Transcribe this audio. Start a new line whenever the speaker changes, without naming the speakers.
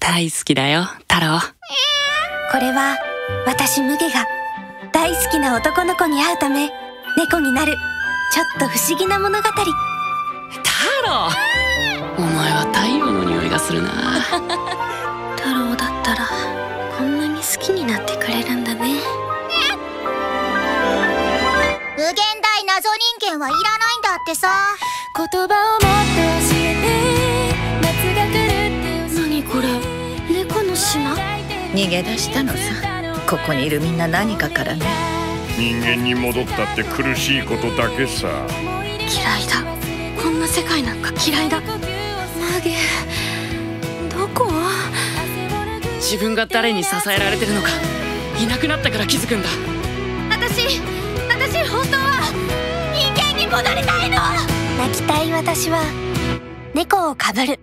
大好きだよ太郎
これは私無毛が大好きな男の子に会うため猫になるちょっと不思議な物語
太郎お前は太陽の匂いがするな
太郎だったらこんなに好きになってくれるんだね
無限大謎人間はいらないんだってさ
言葉を待ってほしい何これ猫の島
逃げ出したのさここにいるみんな何かからね
人間に戻ったって苦しいことだけさ
嫌いだこんな世界なんか嫌いだマゲどこ
自分が誰に支えられてるのかいなくなったから気づくんだ
私私本当は人間に戻りたいの
泣きたい私は猫をかぶる